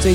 最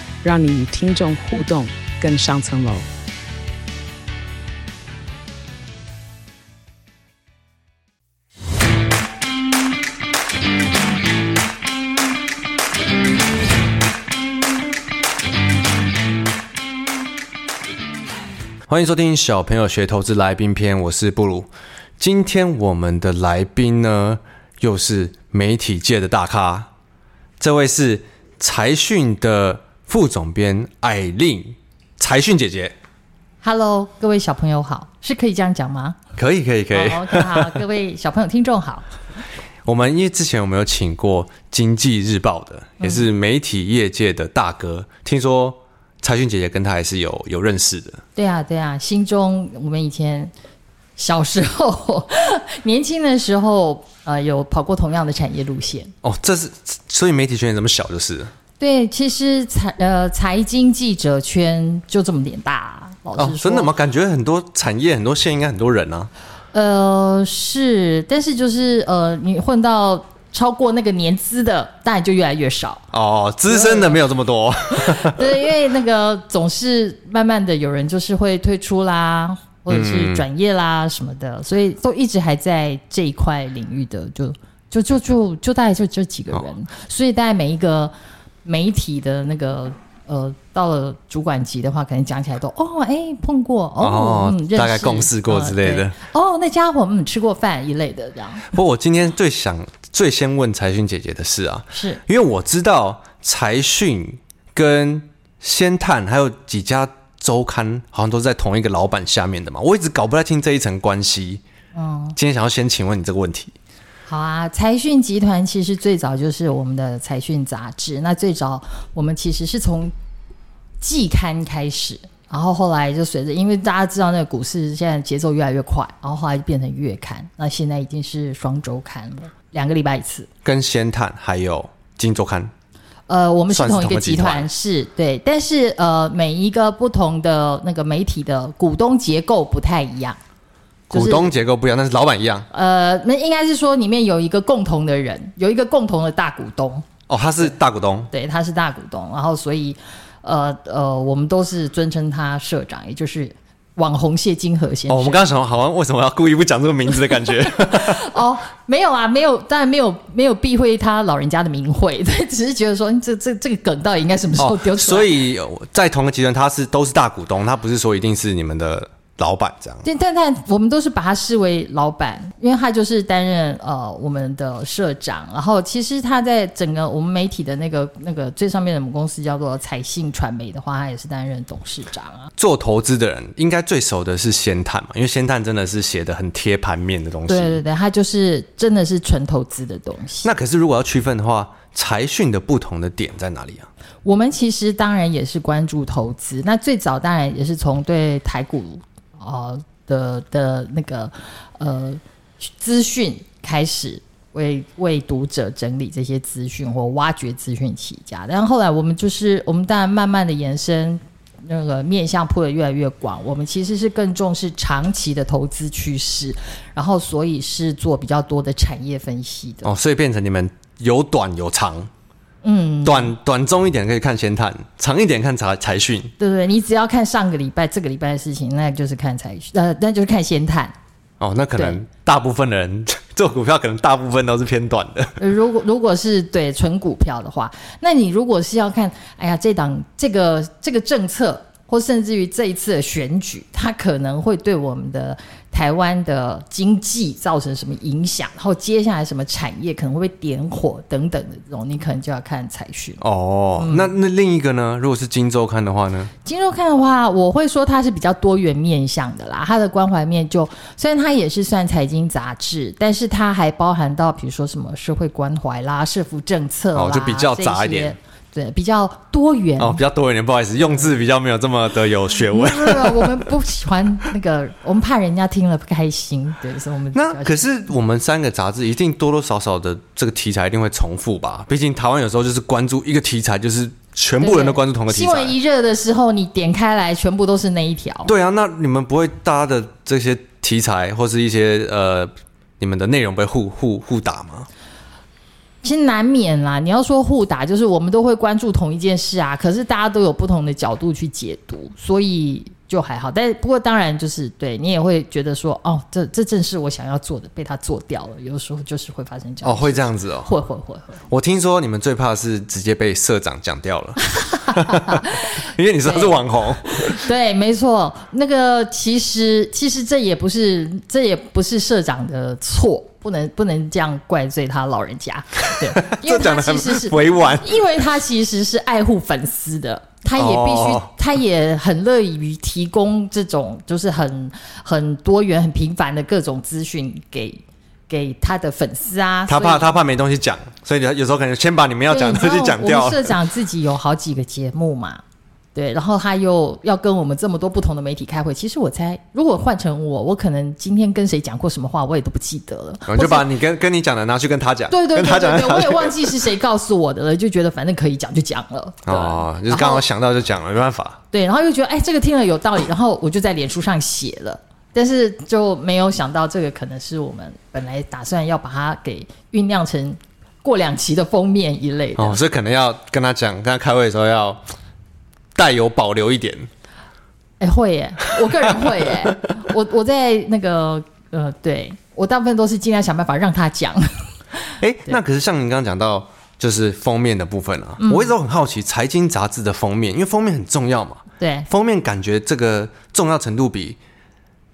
让你与听众互动更上层楼。欢迎收听小朋友学投资来宾篇，我是布鲁。今天我们的来宾呢，又是媒体界的大咖，这位是财讯的副总编艾令，财讯姐姐， Hello，各位小朋友好，是可以这样讲吗？可以可以可以。好，OK，好， 各位小朋友听众好。啊我们因为之前我们有请过《经济日报》的，也是媒体业界的大哥，听说财讯姐姐跟他还是有有认识的。对啊，对啊，心中我们以前小时候、 年轻的时候，呃，有跑过同样的产业路线。哦，这是所以媒体圈这么小就是了对，其实财呃财经记者圈就这么点大、老哦实，说、真的吗？？感觉很多产业很多线应该很多人啊。呃，是，但是就是呃，你混到超过那个年资的，当然就越来越少。哦，资深的没有这么多， 对，因为那个总是慢慢的有人就是会退出啦，或者嗯是转业啦什么的，所以都一直还在这一块领域的，就就就就就大概就这几个人，所以大概每一个媒体的那个。呃，到了主管级的话，可能讲起来都哦，哎、碰过哦哦，嗯认识大概共事过之类的嗯对哦，那家伙嗯，吃过饭一类的，这样 不过我今天最想最先问财讯姐姐的事啊，是因为我知道财讯跟先探还有几家周刊好像都是在同一个老板下面的嘛，我一直搞不太清这一层关系。哦嗯，今天想要先请问你这个问题。好啊，财讯集团其实最早就是我们的财讯杂志，那最早我们其实是从季刊开始，然后后来就随着，因为大家知道那个股市现在节奏越来越快，然后后来就变成月刊，那现在已经是双周刊了，两个礼拜一次。跟先探还有金周刊呃，我们是算是同一同个个集集团团，是对，但是呃，每一个不同的那个媒体的股东结构不太一样。就是股东结构不一样，但是老板一样呃，那应该是说里面有一个共同的人，有一个共同的大股东，哦，他是大股东对，他是大股东，然后所以呃呃，我们都是尊称他社长，也就是网红谢金河先生。哦。我们刚刚想，好像为什么要故意不讲这个名字的感觉？哦没有啊，没有，当然没有没有避讳他老人家的名讳， 对，只是觉得说嗯这这这个梗到底应该什么时候丢出哦来？所以呃在同个集团，他是都是大股东，他不是说一定是你们的老板这样。对，但但我们都是把他视为老板，因为他就是担任呃我们的社长。然后其实他在整个我们媒体的那个那个最上面的母公司叫做财信传媒的话，他也是担任董事长啊。做投资的人应该最熟的是先探嘛，因为先探真的是写的很贴盘面的东西。对对对，他就是真的是纯投资的东西。那可是如果要区分的话，财讯的不同的点在哪里啊？我们其实当然也是关注投资，那最早当然也是从对台股呃的的那个呃资讯开始。为为读者整理这些资讯或挖掘资讯起家，但后来我们就是我们当然慢慢的延伸那个面向铺的越来越广，我们其实是更重视长期的投资趋势，然后所以是做比较多的产业分析的。哦，所以变成你们有短有长，嗯，短短中一点可以看先探，长一点看财财讯。对对，对你只要看上个礼拜、这个礼拜的事情，那就是看财呃，那就是看先探。哦，那可能大部分的人做股票，可能大部分都是偏短的。呃如果如果是对纯股票的话，那你如果是要看，哎呀，这档这个这个政策，或甚至于这一次的选举，它可能会对我们的台湾的经济造成什么影响，然后接下来什么产业可能会被点火等等的这种，你可能就要看财讯。哦，嗯那那另一个呢？如果是金周刊的话呢？金肉看的话，我会说它是比较多元面向的啦。它的关怀面就虽然它也是算财经杂志，但是它还包含到比如说什么社会关怀啦、社福政策啦，哦就比较杂一这些点。对，比较多元。哦，比较多一点，不好意思，用字比较没有这么的有学不问。是我们不喜欢那个，我们怕人家听了不开心，对，所以我们 那比较可是我们三个杂志一定多多少少的这个题材一定会重复吧？毕竟台湾有时候就是关注一个题材，就是全部人都关注同个题新闻材。一热的时候，你点开来全部都是那一条。对啊，那你们不会大家的这些题材或是一些呃你们的内容不会互互互打吗？其实难免啦。你要说互打，就是我们都会关注同一件事啊，可是大家都有不同的角度去解读，所以就还好。但是不过当然就是对你也会觉得说，哦，这这正是我想要做的，被他做掉了。有时候就是会发生这样哦，的事。会这样子哦。会会会会，我听说你们最怕是直接被社长讲掉 了，因为你说他是网红，对，没错。那个其实其实这也不是这也不是社长的错，不能不能这样怪罪他老人家。 对，因这为讲的他其很实是委婉。因为他其实是爱护粉丝的，他也必须，哦他也很乐于提供这种就是很很多元、很频繁的各种资讯给给他的粉丝啊。他所以怕他怕没东西讲，所以你有时候可能先把你们要讲的对东西你知道讲我掉 们。社长自己有好几个节目嘛，对，然后他又要跟我们这么多不同的媒体开会。其实我猜，如果换成我，我可能今天跟谁讲过什么话，我也都不记得了。我就或者哦把你跟跟你讲的拿去跟他讲，对对跟对他讲对跟对，他我也讲。忘记是谁告诉我的了，就觉得反正可以讲就讲了。对哦，就是刚然好后想到就讲了，没办法。对，然后又觉得哎，这个听了有道理，然后我就在脸书上写了，但是就没有想到这个可能是我们本来打算要把它给酝酿成过两期的封面一类的。哦，所以可能要跟他讲，跟他开会的时候要带有保留一点。哎、会耶，我个人会耶，我我在那个呃，对我大部分都是尽量想办法让他讲。哎，那可是像你刚刚讲到，就是封面的部分啊，嗯我一直都很好奇财经杂志的封面，因为封面很重要嘛。对，封面感觉这个重要程度比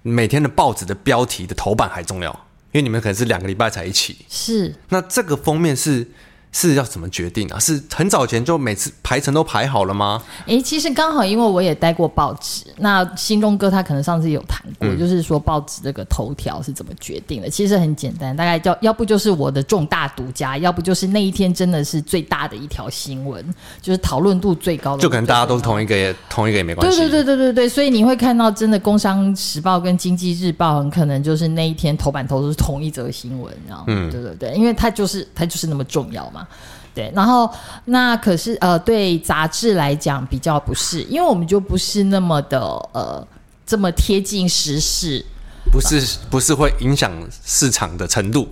每天的报纸的标题的头版还重要，因为你们可能是两个礼拜才一起。是那这个封面是是要怎么决定啊？是很早前就每次排程都排好了吗？诶，其实刚好因为我也待过报纸，那新中哥他可能上次有谈过，嗯就是说报纸这个头条是怎么决定的。其实很简单，大概要要不就是我的重大独家，要不就是那一天真的是最大的一条新闻，就是讨论度最高的。就可能大家都是同一个也同一个也没关对系。对对对对对，所以你会看到真的《工商时报》跟《经济日报》很可能就是那一天头版头都是同一则新闻，然后、嗯对对对，因为它就是它就是那么重要嘛。对，然后那可是呃，对杂志来讲比较不是，因为我们就不是那么的呃这么贴近时事，不是不是会影响市场的程度。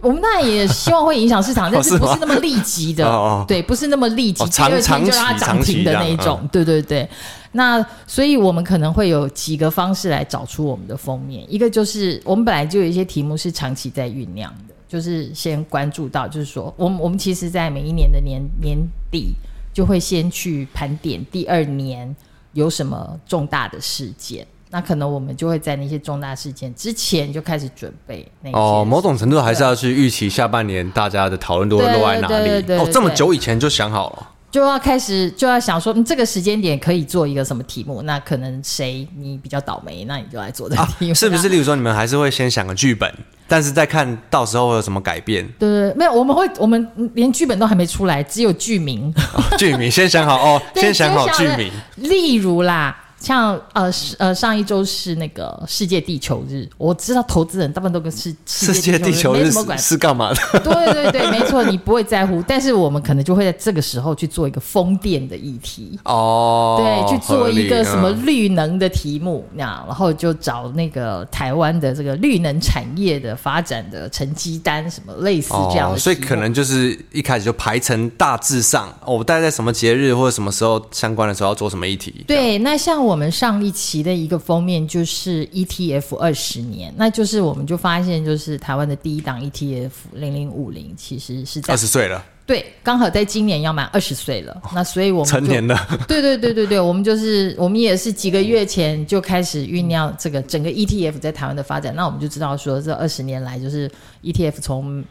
我们当然也希望会影响市场，但哦是是不吗是那么立即的，哦哦对，不是那么立即，哦第二天长就让它长期涨停的那长期一这种样，对对对。那所以我们可能会有几个方式来找出我们的封面，一个就是我们本来就有一些题目是长期在酝酿的，就是先关注到，就是说我们我们其实在每一年的年年底就会先去盘点第二年有什么重大的事件。那可能我们就会在那些重大事件之前就开始准备那一哦，些某种程度还是要去预期下半年大家的讨论度会落在哪里。对对对对对哦，这么久以前就想好 了。就要开始就要想说，嗯，这个时间点可以做一个什么题目？那可能谁你比较倒霉，那你就来做这个啊题目、，。是不是？？例如说，你们还是会先想个剧本，但是再看到时候会有什么改变 对对，对没有，我们会我们连剧本都还没出来，只有剧名。哦剧名先想好哦，对先想好只剧有想名。例如啦，像呃是呃上一周是那个世界地球日，我知道投资人大部分都跟世世界地球没日什么是管是干嘛的？对对对，没错，你不会在乎，但是我们可能就会在这个时候去做一个风电的议题。哦，嗯对，去做一合个理什么嗯绿能的题目，那、然后就找那个台湾的这个绿能产业的发展的成绩单，什么类似这样的、哦，所以可能就是一开始就排成大致上，哦，我大概在什么节日或者什么时候相关的时候要做什么议题。对。那像我们上一期的一个封面就是 ETF 二十年，那就是我们就发现，就是台湾的第一档 ETF 零零五零，其实是在二十岁了，对，刚好在今年要满二十岁了，那所以我们成就年了，对对对对对，我们就是我们也是几个月前就开始酝酿这个整个 ETF 在台湾的发展。那我们就知道说，这二十年来就是 ETF 从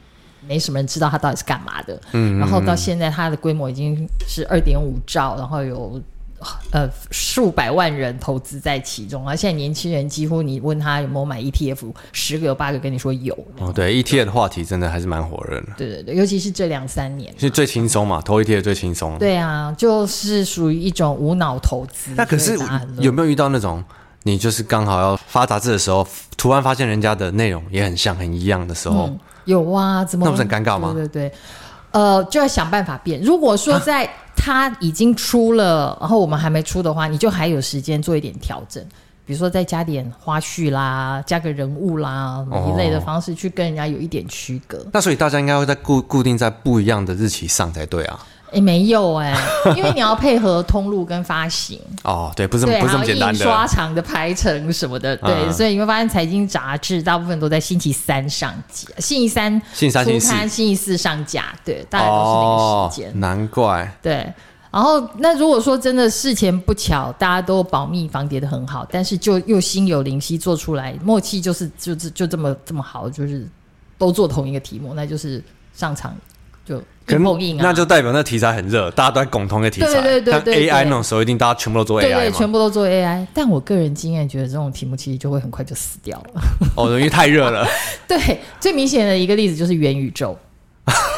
没什么人知道它嗯到底是干嘛的，嗯，然后到现在它的规模已经是二点五兆，然后有呃数百万人投资在其中啊。现在年轻人几乎你问他有没有买 ETF，十个有八个跟你说有。哦，对，ETF 的话题真的还是蛮火热的，对对对，尤其是这两三年。是最轻松嘛，投 ETF 最轻松。对啊，就是属于一种无脑投资。那可是所以答案论有没有遇到那种你就是刚好要发杂志的时候，突然发现人家的内容也很像、很一样的时候，有啊，怎么那不是很尴尬吗对对对，呃，就要想办法变。如果说在它已经出了，然后我们还没出的话，你就还有时间做一点调整。比如说再加点花絮啦，加个人物啦哦一类的方式去跟人家有一点区隔。那所以大家应该会在固固定在不一样的日期上才对啊。诶，哎没有诶，因为你要配合通路跟发行， 哦，对，不是对，啊不是还这么有简单印刷的。厂的排程什么的，对，嗯所以你会发现财经杂志大部分都在星期三上架，星期三星期三出星期四刊，星期四上架，对，大概都是那个时间。哦，难怪。对。然后，那如果说真的事前不巧，大家都保密防谍的很好，但是就又心有灵犀做出来，默契就是就就就这么这么好，就是都做同一个题目，那就是上场就可硬能碰硬啊，那就代表那题材很热，大家都在共同一个题材。对对对像对对 AI 那种时候，一定大家全部都做对 AI 对，嘛。全部都做 AI。但我个人经验觉得，这种题目其实就会很快就死掉了。 哦，因为太热了，对，最明显的一个例子就是元宇 宙，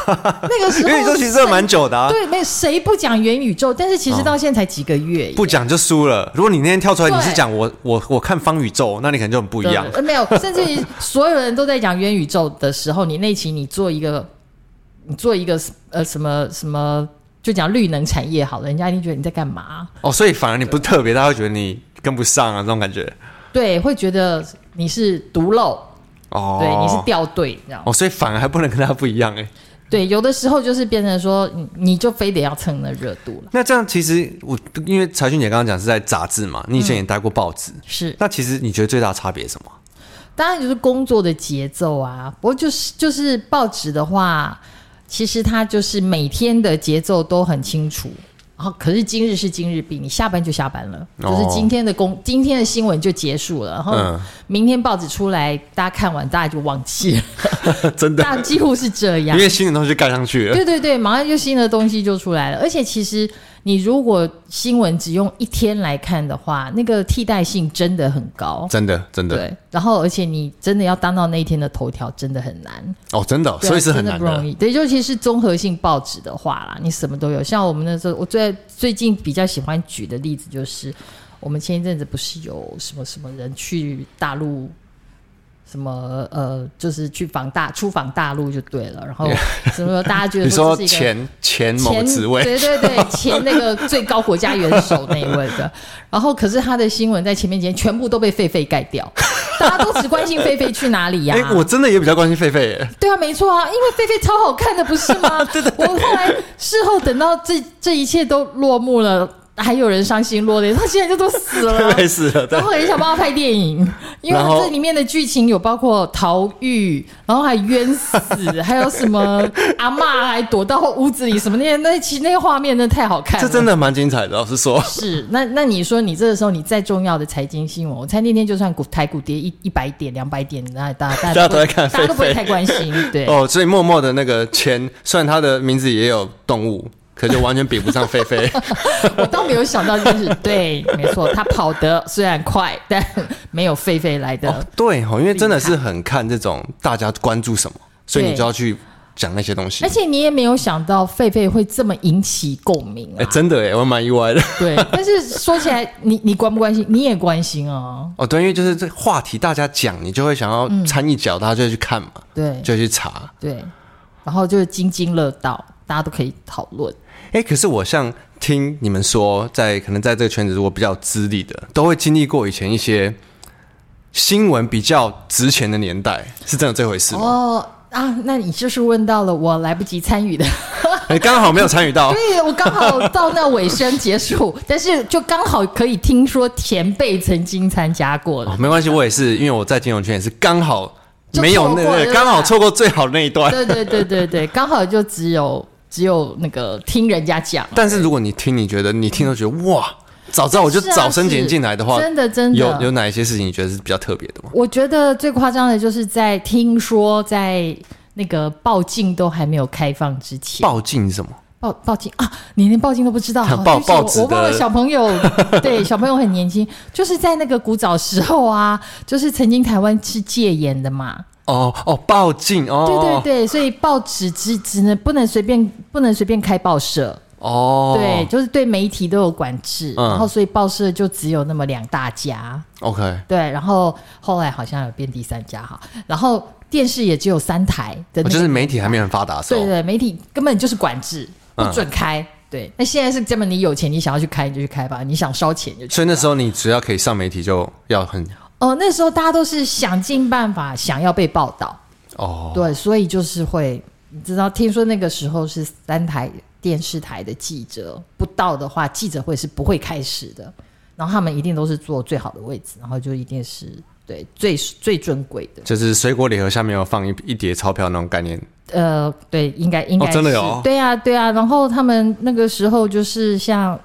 那个时因候为这其实真的蛮久的啊，哦对，没有谁不讲元宇宙，但是其实到现在才几个月耶，不讲就输了。如果你那天跳出来，对你是讲我我我看方宇宙，那你可能就很不一样对。呃没 有，甚至于所有人都在讲元宇宙的时候，你那期你做一个，你做一个呃什么什么，就讲绿能产业好了，人家一定觉得你在干嘛？哦，所以反而你不特别，大家会觉得你跟不上啊，这种感觉。对，会觉得你是独漏，哦，对，你是掉队，这样。哦，所以反而还不能跟他不一样 哎。对，有的时候就是变成说，你你就非得要蹭那热度了，那这样其实我因为柴俊姐刚刚讲是在杂志嘛，你以前也待过报纸，是。那其实你觉得最大的差别是什么？ 当然就是工作的节奏啊。不过就是就是报纸的话，其实它就是每天的节奏都很清楚。然后可是今日是今日毕，你下班就下班了，哦就是今天的工今天的新闻就结束了，然后嗯明天报纸出来，大家看完大家就忘记 了，真的，大家几乎是这样因。为新的东西盖上去了。对对对，马上就新的东西就出来了。而且其实你如果新闻只用一天来看的话，那个替代性真的很高。真的，真的，对，然后而且你真的要当到那一天的头条，真的很难，哦，真的哦，对啊 所以是很真的难不容易。对，尤其是综合性报纸的话啦，你什么都有。像我们那时候，我最最近比较喜欢举的例子就是，我们前一阵子不是有什么什么人去大陆。什么呃，就是去访大出访大陆就对 了，然后什么大家觉得你说这是一个前前某前职位，对 对对，前那个最高国家元首那一位的。然后，可是他的新闻在前面几天全部都被狒狒盖掉，大家都只关心狒狒去哪里呀、 哎、我真的也比较关心狒狒耶。对啊，没错啊，因为狒狒超好看的，不是 吗？我后来事后等到这这一切都落幕了，还有人伤心落泪，他现在就都死 了狒啊。狒死了，对然，后很想帮他拍电 影，因为然后这里面的剧情有包括逃狱，然后还冤死，还有什么阿嬷还躲到屋子里什么那些，那其实那些画面真的太好看了。这真的蛮精彩的。老实说，是那那你说你这个时候你再重要的财经新闻，我猜那天就算股台股跌一一百点两百点，那大家大 大家都在看家不会大家都不狒会狒太关心，对。 哦，所以默默的那个前，虽然他的名字也有动物，可就完全比不上狒狒。我倒没有想到，就是对，没错，他跑得虽然快，但没有狒狒来 的。哦，对哦，因为真的是很看这种大家关注什么，所以你对就要去讲那些东西而。且你也没有想到狒狒会这么引起共鸣、啊哎、真的哎，我蛮意外的。对， 但是说起来，你你关不关心？你也关心哦。哦，对，因为就是这话题大家讲，你就会想要掺一脚，大家就会去看嘛，嗯对就会去查。对，然后就是津津乐道，大家都可以讨论。哎、可是我像听你们说，在可能在这个圈子，如果比较资历的，都会经历过以前一些新闻比较值钱的年代，是真的这回事吗？哦啊，那你就是问到了我来不及参与的， 哎、刚好没有参与到所，以我刚好到那尾声结束，但是就刚好可以听说前辈曾经参加过的哦，没关系，我也是，因为我在金融圈也是刚好没有那就错过了个，对吧刚好错过最好的那一段。对对对对对，刚好就只有只有那个听人家讲，但是如果你听，你觉得你听都觉得哇，早知道我哦就是啊早生前进来的话，是真的真的有有哪一些事情你觉得是比较特别的吗？我觉得最夸张的就是在听说在那个报禁都还没有开放之前，报禁是什么？报报警啊！你连报警都不知道，看好报对不起我报纸我忘了的小朋友， 对小朋友很年轻，就是在那个古早时候啊，就是曾经台湾是戒严的嘛，哦哦，报警哦，对对对，所以报纸只只能不能随便不能随便开报社，哦，对，就是对媒体都有管制，嗯然后所以报社就只有那么两大家， ，OK，对，然后后来好像有变第三家哈，然后电视也只有三台的哦那个就是媒体还没很发达的时对候，对，媒体根本就是管制，不嗯准开。对，那现在是这么，你有钱，你想要去开你就去开吧，你想烧钱就去。所以那时候你只要可以上媒体就要很哦，那时候大家都是想尽办法想要被报道，哦，对，所以就是会，你知道，听说那个时候是三台电视台的记者不到的话，记者会是不会开始的，然后他们一定都是坐最好的位置，然后就一定是对最最尊贵的。就是水果礼盒下面有放一一叠钞票那种概念，呃，对，应该应该、是真的有对啊，对啊。然后他们那个时候就是像，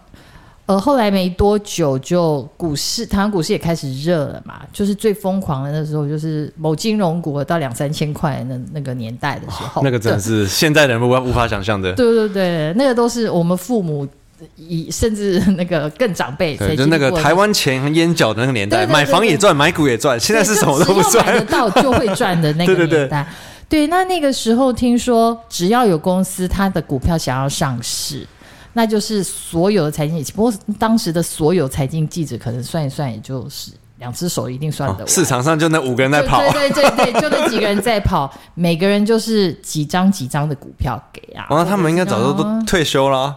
呃，后来没多久就股市，台湾股市也开始热了嘛，就是最疯狂的那时候，就是某金融股到两三千块那那个年代的时候，那个真的是现在人无法无法想象的。哦对对对对，那个都是我们父母以甚至那个更长辈才对，就经那个过的台湾钱和烟角的那个年代，对对对买房也赚，买股也赚，现在是什么都不对就只要买赚得。到就会赚的那个 对对对年代。对，那那个时候听说，只要有公司它的股票想要上市，那就是所有的财经，不过当时的所有财经记者可能算一算，也就是两只手一定算得完。哦市场上就那五个人在对跑，对对对对，就那几个人 在跑，每个人就是几张几张的股票给啊。然后他们应该或者早是就都退休了。啊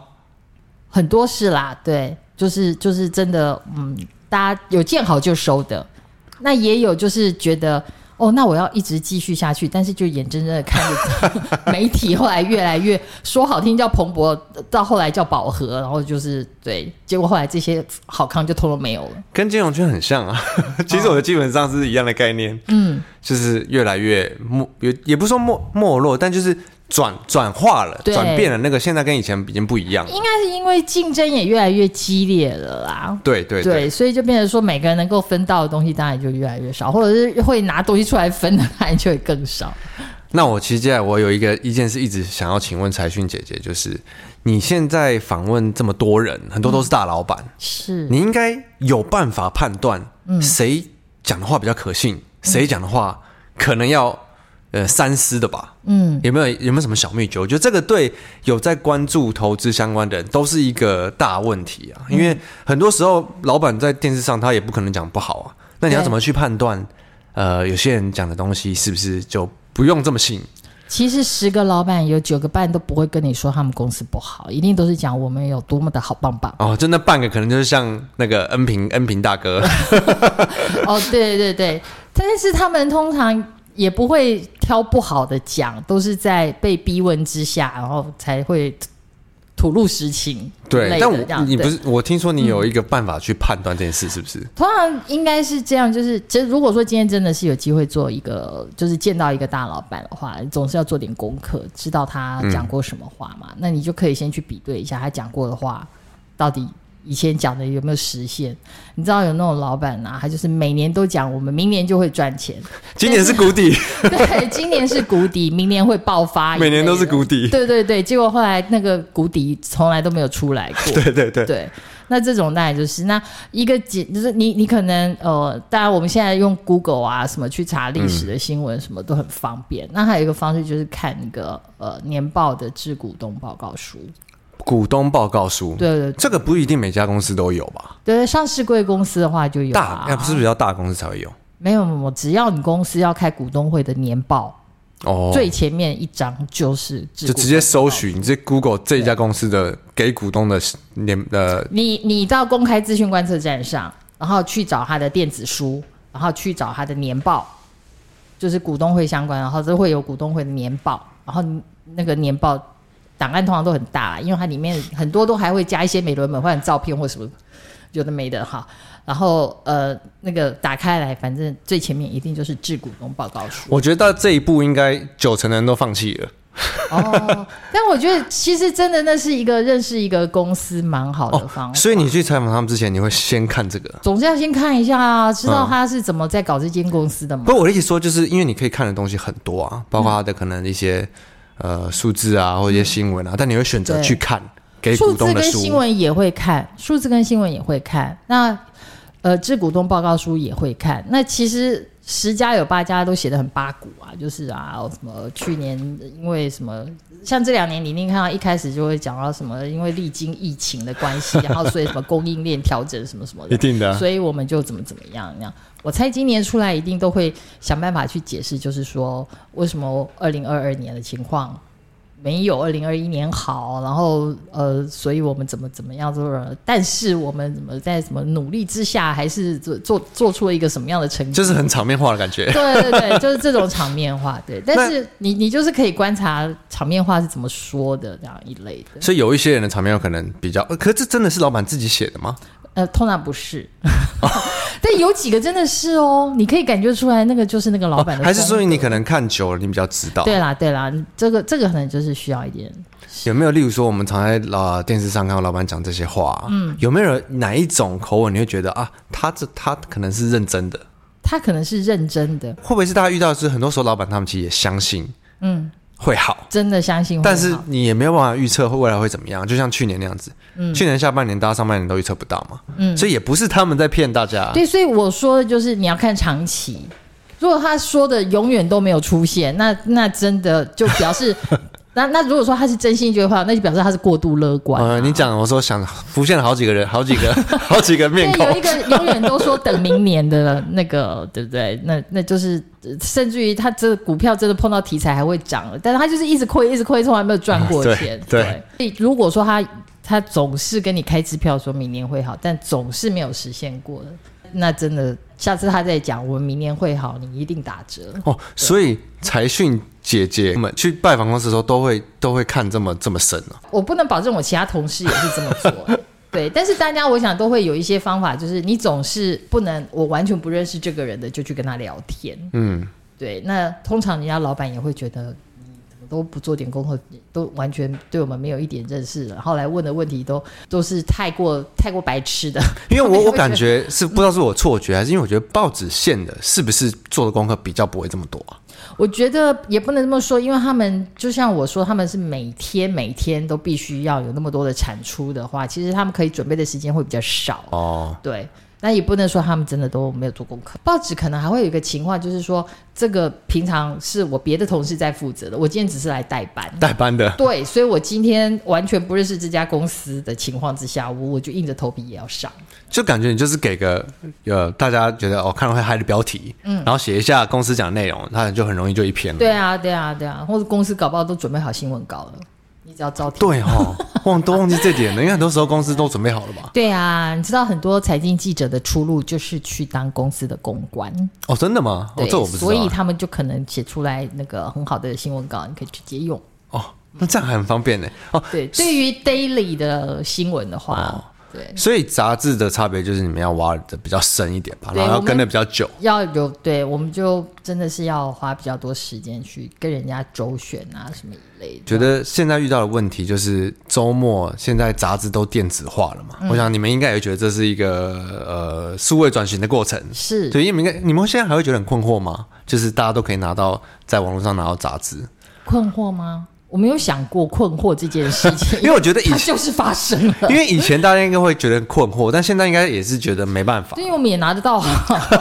很多事啦，对，就是就是真的，嗯，大家有见好就收的，那也有就是觉得。哦，那我要一直继续下去，但是就眼睁睁的看着 媒体后来越来越说好听叫蓬勃，到后来叫饱和，然后就是对，结果后来这些好康就通通没有了。跟金融圈很像啊， 其实我基本上是一样的概念，嗯，就是越来越没，也也不是说没没落，但就是转转化了，对转变了。那个现在跟以前已经不一样了。应该是因为竞争也越来越激烈了啦。对对对，所以就变成说，每个人能够分到的东西当然就越来越少，或者是会拿东西出来分的，当然就会更少。那我其实接下来我有一个一件事一直想要请问财讯姐姐，就是你现在访问这么多人，很多都是大老板，是，你应该有办法判断嗯谁讲的话比较可信，谁讲的话可能要呃三思的吧？嗯，有没有有没有什么小秘诀？我觉得这个对有在关注投资相关的人都是一个大问题嗯啊，因为很多时候老板在电视上他也不可能讲不好啊，那你要对怎么去判断？呃，有些人讲的东西是不是就不用这么信？。其实十个老板有九个半都不会跟你说他们公司不好，一定都是讲我们有多么的好棒棒 哦，真的半个可能就是像那个恩平恩平大 哥，哦，对对对，但是他们通常也不会挑不好的讲，都是在被逼问之下，然后才会吐吐露实情之类对但的。，这我样你不对嗯是我听说你有一个办法去判断这件事是不是？通常应该是这样，就是其实如果说今天真的是有机会做一个，就是见到一个大老板的话，总是要做点功课，知道他讲过什么话嘛。嗯那你就可以先去比对一下他讲过的话，到底以前讲的有没有实现。你知道有那种老板啊，他就是每年都讲我们明年就会赚 钱，今年是谷 底，对，今年是谷底，明年会爆 发，每年都是。谷底。对对对，结果后来那个谷底从来都没有出来 过。对对对，对，那这种当然就是那一个解，就是你你可能呃，当然我们现在用 Google 啊什么去查历史的新闻，什么都很方便。那还有一个方式就是看那个呃年报的致股东报告书。股东报告书，对对这个不一定每家公司都有吧？对，上市贵公司的话就有、大啊，要是不是要大公司才会有？没有没有没有，只要你公司要开股东会的年报，哦，最前面一张就是致就股直接东报搜寻，你这 Google 这一家公司的给股东的年呃，你你到公开资讯观测站上，然后去找他的电子书，然后去找他的年报，就是股东会相关，然后都会有股东会的年报，然后那个年报档案通常都很大，因为它里面很多都还会加一些美轮美奂的照片或什么有的没的哈。然后呃，那个打开来，反正最前面一定就是致股东报告书。我觉得到这一步应该九成的人都放弃了。哦，但我觉得其实真的那是一个认识一个公司蛮好的方法。所以你去采访他们之前，你会先看这个。总是要先看一下啊，知道嗯他是怎么在搞这间公司的嘛。嗯不，我的意思说，就是因为你可以看的东西很多啊，包括他的可能一些、呃数字啊，或者一些新闻啊，但你会选择对去看给数股字东的跟书新。闻也会看，数字跟新闻也会看。那呃，致股东报告书也会看。那其实十家有八家都写的很八股啊，就是啊，什么去年因为什么，像这两年你一定看到一开始就会讲到什么，因为历经疫情的关系，然后所以什么供应链调整什么什么一的，定的啊，所以我们就怎么怎么样那样。我猜今年出来一定都会想办法去解释，就是说为什么二零二二年的情况没有二零二一年好，然后呃，所以我们怎么怎么样做了，但是我们怎么在什么努力之下，还是做做做出了一个什么样的成绩？就是很场面化的感觉。对对 对，就是这种场面话，对。但是你你就是可以观察场面话是怎么说的，这样一类的。所以有一些人的场面有可能比较，呃可是这真的是老板自己写的吗？呃，通常不是， 但有几个真的是哦，你可以感觉出来，那个就是那个老板的、哦还是说你？可能看久了，你比较知道？对啦，对啦，这个这个可能就是需要一点，有没有例如说我们常在呃电视上看到老板讲这些话、嗯，有没有人哪一种口吻你会觉得啊，他这他可能是认真的？他可能是认真的，会不会是大家遇到的是很多时候老板他们其实也相信，嗯，会好，真的相信会好。但是你也没有办法预测会未来会怎么样，就像去年那样子，嗯，去年下半年大家上半年都预测不到嘛，嗯，所以也不是他们在骗大家，对，所以我说的就是你要看长期。如果他说的永远都没有出现，那那真的就表示， 那那如果说他是真心觉得话，那就表示他是过度乐观、啊。呃，你讲我说想浮现了好几个人，好几个 好几个面对，有孔，一个永远都说等明年的那个，对不对？那那就是，呃甚至于他这股票真的碰到题材还会涨了，但是他就是一直亏，一直亏，从来没有赚过对钱。对所以如果说他他总是跟你开支票说明年会好，但总是没有实现过的，那真的下次他再讲我们明年会好，你一定打折。哦，所以财讯姐姐们去拜访公司的时候都会都会看这么这么深哦，我不能保证我其他同事也是这么做。欸对，但是大家我想都会有一些方法，就是你总是不能，我完全不认识这个人的就去跟他聊天。嗯，对，那通常人家老板也会觉得你怎么都不做点功课，都完全对我们没有一点认识，然后来问的问题都都是太过太过白痴的。 因为他们我也我会感觉觉是不知道是我错觉还是因为我觉得报纸线的是不是做的功课比较不会这么多啊？我觉得也不能这么说，因为他们就像我说，他们是每天每天都必须要有那么多的产出的话，其实他们可以准备的时间会比较少。哦，对，那也不能说他们真的都没有做功课。报纸可能还会有一个情况，就是说这个平常是我别的同事在负责的，我今天只是来代班。代班的。对，所以我今天完全不认识这家公司的情况之下，我我就硬着头皮也要上。就感觉你就是给个呃，大家觉得哦看了会嗨的标题，嗯，然后写一下公司讲的内容，他就很容易就一篇了。对啊，对啊，对啊，或者公司搞不好都准备好新闻稿了，你只要招听。对哦，忘都忘记这点了，因为很多时候公司都准备好了吧？对啊，你知道很多财经记者的出路就是去当公司的公关，哦，真的吗？哦 对，，这我不知道所以啊。他们就可能写出来那个很好的新闻稿，你可以直接用。哦，那这样还很方便呢。哦， 对，对于 daily 的新闻的话，哦对，所以杂志的差别就是你们要挖的比较深一点吧，对然后要我们跟的比较久。要有对，我们就真的是要花比较多时间去跟人家周旋啊什么一类的。觉得现在遇到的问题就是周末现在杂志都电子化了嘛，嗯我想你们应该也觉得这是一个呃数位转型的过程。是对，因为你们应该你们现在还会觉得很困惑吗？就是大家都可以拿到在网络上拿到杂志，困惑吗？我没有想过困惑这件事情，因为我觉得以它前，就是发生 了。因为以前大家应该会觉得很困惑，但现在应该也是觉得没办法对，。因为我们也拿得到啊，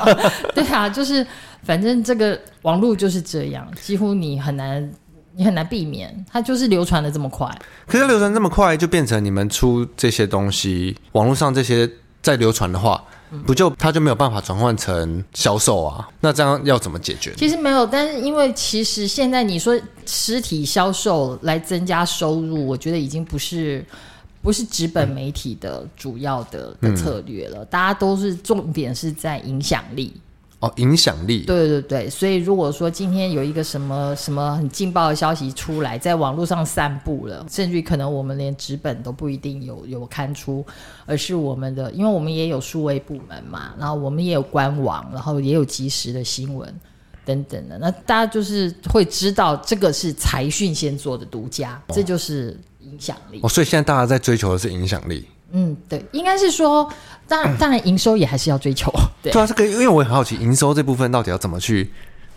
对啊，就是反正这个网络就是这样，几乎你很难，你很难避免，它就是流传的这么快。可是流传这么快，就变成你们出这些东西，网络上这些在流传的话，嗯不就它就没有办法转换成销售啊？那这样要怎么解决？其实没有，但是因为其实现在你说实体销售来增加收入，我觉得已经不是不是纸本媒体的主要的的策略了，大家都是重点是在影响力。哦，影响力。对对对，所以如果说今天有一个什么什么很劲爆的消息出来，在网络上散布了，甚至于可能我们连纸本都不一定有有刊出，而是我们的，因为我们也有数位部门嘛，然后我们也有官网，然后也有及时的新闻等等的，那大家就是会知道这个是财讯先做的独家，这就是影响力。哦，所以现在大家在追求的是影响力。嗯，对，应该是说，当然当然营收也还是要追求，对对。啊，这个因为我很好奇，营收这部分到底要怎么去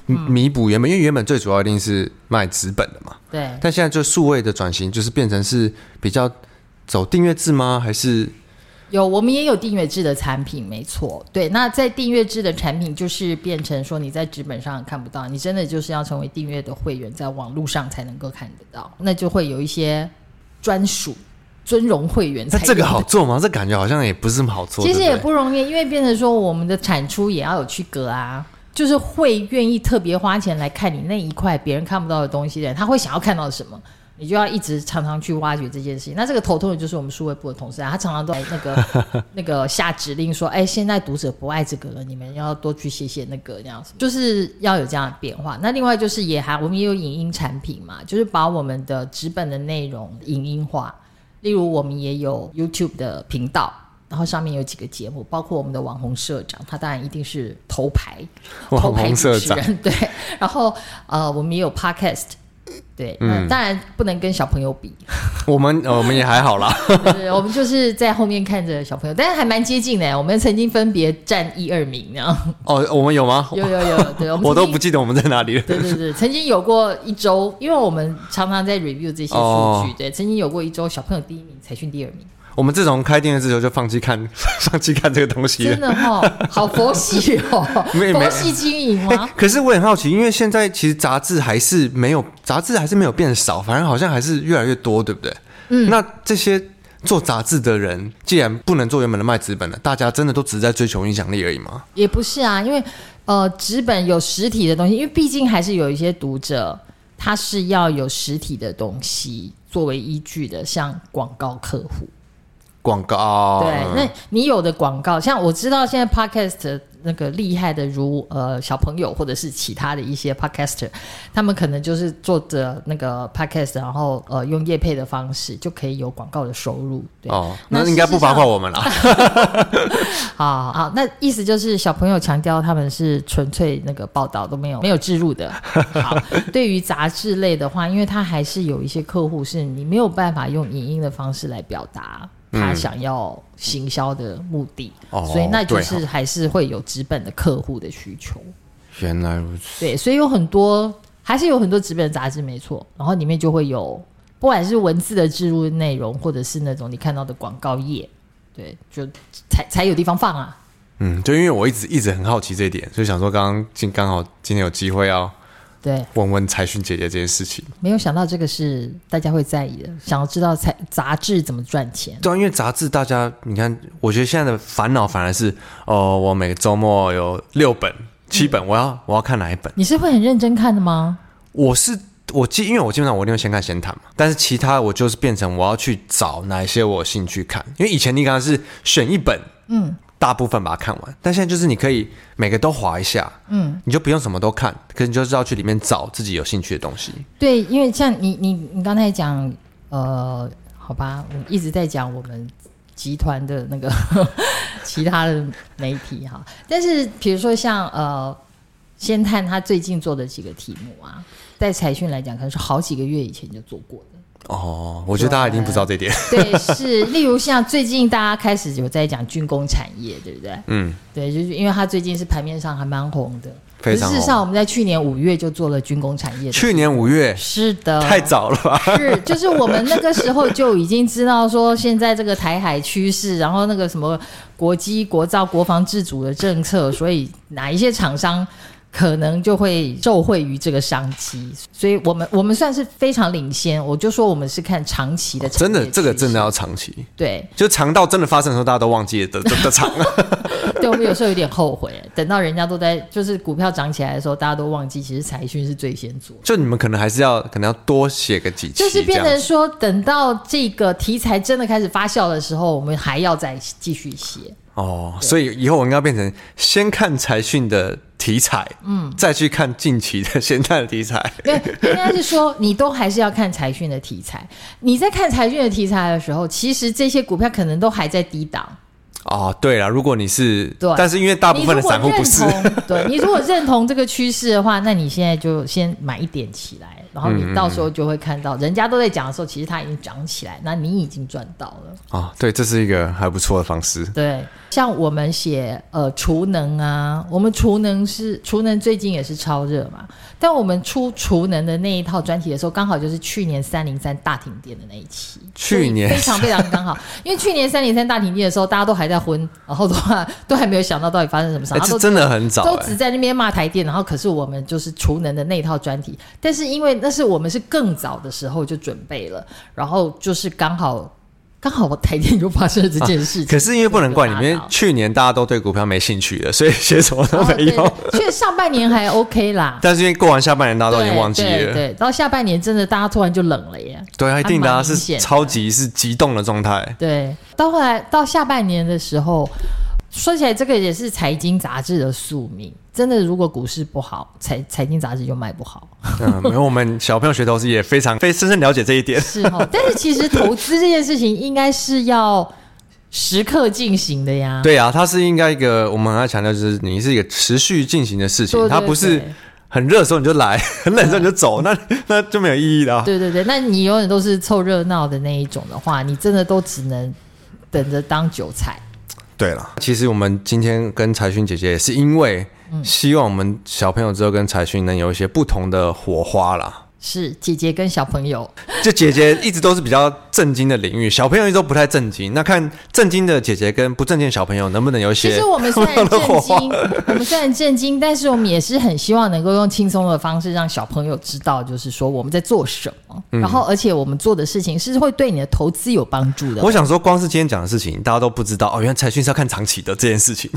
嗯弥补原本，因为原本最主要一定是卖纸本的嘛，对，但现在就数位的转型，就是变成是比较走订阅制吗？还是有我们也有订阅制的产品，没错。对，那在订阅制的产品，就是变成说你在纸本上看不到，你真的就是要成为订阅的会员，在网络上才能够看得到，那就会有一些专属尊荣会员才那有的。这个好做吗？这感觉好像也不是什么好做，其实对也对不容易，因为变成说我们的产出也要有区隔啊，就是会愿意特别花钱来看你那一块别人看不到的东西的人，他会想要看到什么。你就要一直常常去挖掘这件事情。那这个头痛的就是我们数位部的同事啊，他常常都在那 个那个下指令说：“哎、现在读者不爱这个了，你们要多去写写那个这样子。”就是要有这样的变化。那另外就是也还我们也有影音产品嘛，就是把我们的纸本的内容影音化。例如，我们也有 YouTube 的频道，然后上面有几个节目，包括我们的网红社长，他当然一定是头牌， 头网牌红主社持长人对。 然后呃，我们也有 Podcast，对，嗯，当然不能跟小朋友比，我们呃我们也还好啦。对，我们就是在后面看着小朋友，但是还蛮接近的。我们曾经分别占一二名呢， 哦，我们有吗？有有有，对，我们我都曾经不记得我们在哪里了。对对对，曾经有过一周，因为我们常常在 review 这些数据，哦对，曾经有过一周小朋友第一名，才训第二名，我们自从开店了之后就放弃看， 放弃看这个东西了真。的哈、哦，好佛系哦，没没佛系经营哎、 吗？可是我很好奇，因为现在其实杂志还是没有，杂志还是没有变少，反而好像还是越来越多，对不对？嗯，那这些做杂志的人，既然不能做原本的卖纸本了，大家真的都只是在追求影响力而已吗？也不是啊，因为呃，纸本有实体的东西，因为毕竟还是有一些读者，他是要有实体的东西作为依据的，像广告客户。广告嗯对，那你有的广告，像我知道现在 podcast 那个厉害的如，呃小朋友或者是其他的一些 podcaster，他们可能就是做着那个 podcast，然后呃用业配的方式就可以有广告的收入。对，哦，那那应该不事实包上括我们 啦。好好，那意思就是小朋友强调他们是纯粹那个报道都没有没有置 入的。好，对于杂志类的话，因为它还是有一些客户是你没有办法用影音的方式来表达他想要行销的目的，嗯哦所以那就对是还是会有纸本的客户的需求。原来如此，对，所以有很多还是有很多纸本杂志没错，然后里面就会有不管是文字的置入内容，或者是那种你看到的广告页，对，就才才有地方放啊。嗯，就因为我一直一直很好奇这一点，所以想说刚刚今刚好今天有机会要对，问问财讯姐姐这件事情。没有想到这个是大家会在意的，想要知道才杂志怎么赚钱。对啊，因为杂志大家，你看，我觉得现在的烦恼反而是，哦、我每个周末有六本、七本，我要我要看哪一本？你是会很认真看的吗？我是我基，因为我基本上我一定会先看闲谈嘛，但是其他我就是变成我要去找哪一些我有兴趣看，因为以前你刚刚是选一本，嗯，大部分把它看完，但现在就是你可以每个都划一下，嗯，你就不用什么都看，可是你就是要去里面找自己有兴趣的东西。对，因为像你你你刚才讲，呃，好吧，我们一直在讲我们集团的那个 其他的媒体哈，但是比如说像呃，先探他最近做的几个题目啊，在财讯来讲，可能是好几个月以前就做过的。哦，我觉得大家一定不知道这一点，对，是，例如像最近大家开始有在讲军工产业，对不对？嗯，对，就是因为它最近是盘面上还蛮红的。非常可是事红实上，我们在去年五月就做了军工产业的。去年五月是的，太早了吧？是，就是我们那个时候就已经知道说现在这个台海趋势，然后那个什么国机、国造、国防自主的政策，所以哪一些厂商可能就会受惠于这个商机，所以我们我们算是非常领先。我就说我们是看长期的产业哦真的，这个趋势真的要长期。对，就肠道真的发生的时候，大家都忘记了的的 肠。对我们有时候有点后悔，等到人家都在就是股票涨起来的时候，大家都忘记其实财讯是最先做的。就你们可能还是要可能要多写个几期，就是变这成样子说，等到这个题材真的开始发酵的时候，我们还要再继续写。哦。所以以后我应该变成先看财讯的题材，嗯，再去看近期的现在的题材。因为应该是说，你都还是要看财讯的题材。你在看财讯的题材的时候，其实这些股票可能都还在低档，哦，对了，如果你是，对但是因为大部分的散户不是你，如果认同，对你如果认同这个趋势的话，那你现在就先买一点起来，然后嗯你到时候就会看到，人家都在讲的时候，其实它已经涨起来，那你已经赚到了。哦，对，这是一个还不错的方式。对，像我们写呃储能啊，我们储能是储能最近也是超热嘛，但我们出储能的那一套专题的时候，刚好就是去年三零三大停电的那一期，去年哎所以非 常非常刚好，因为去年三零三大停电的时候，大家都还在昏，然后的话都还没有想到到底发生什么事，哎、然后这都真的很早、都哎只在那边骂台电，然后可是我们就是储能的那一套专题，但是因为那是我们是更早的时候就准备了，然后就是刚好 刚好台电就发生了这件事情，可是因为不能怪你，因所以为就拉倒去年大家都对股票没兴趣了，所以写什么都哦没对用。对所以上半年还 OK 啦，但是因为过完下半年， 大家都已经忘记了。对对对，到下半年真的大家突然就冷了耶。对啊，一定的、啊，还蛮明是显的超级是激动的状态。对，到后来到下半年的时候，说起来这个也是财经杂志的宿命。真的，如果股市不好，财财经杂志就卖不好。嗯， 没有，我们小朋友学投资也 非常非深深了解这一点。是哈，但是其实投资这件事情应该是要时刻进行的呀。对啊，它是应该一个我们很爱强调，就是你是一个持续进行的事情，对，嗯它不是很热的时候你就来， 很冷的时候你就走，那那就没有意义了啊。对对对，那你永远都是凑热闹的那一种的话，你真的都只能等着当韭菜。对了，其实我们今天跟财讯姐姐也是因为嗯希望我们小朋友之后跟财讯能有一些不同的火花啦。是姐姐跟小朋友，就姐姐一直都是比较震惊的领域，小朋友一直都不太震惊。那看震惊的姐姐跟不震惊的小朋友能不能有一其些实我们虽然不一样的震火花惊，我们虽然震惊，但是我们也是很希望能够用轻松的方式让小朋友知道，就是说我们在做什么，嗯然后而且我们做的事情是会对你的投资有帮助的我。想说，光是今天讲的事情，大家都不知道哦，原来财讯是要看长期的这件事 情。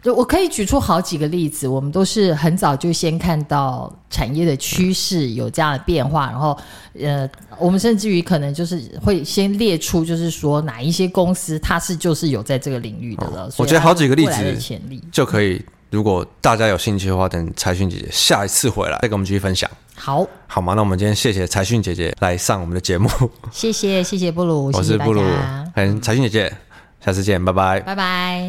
就我可以举出好几个例子，我们都是很早就先看到产业的趋势有这样的变化，然后呃，我们甚至于可能就是会先列出，就是说哪一些公司它是就是有在这个领域的了。所我以觉得好几个例子它有未来的潜力。就可以。如果大家有兴趣的话，等财讯姐姐下一次回来再跟我们继续分享，好，好吗？那我们今天谢谢财讯姐姐来上我们的节目，谢谢谢谢布鲁，我谢谢是大布鲁家，嗯，财讯姐姐，下次见，拜拜。拜拜。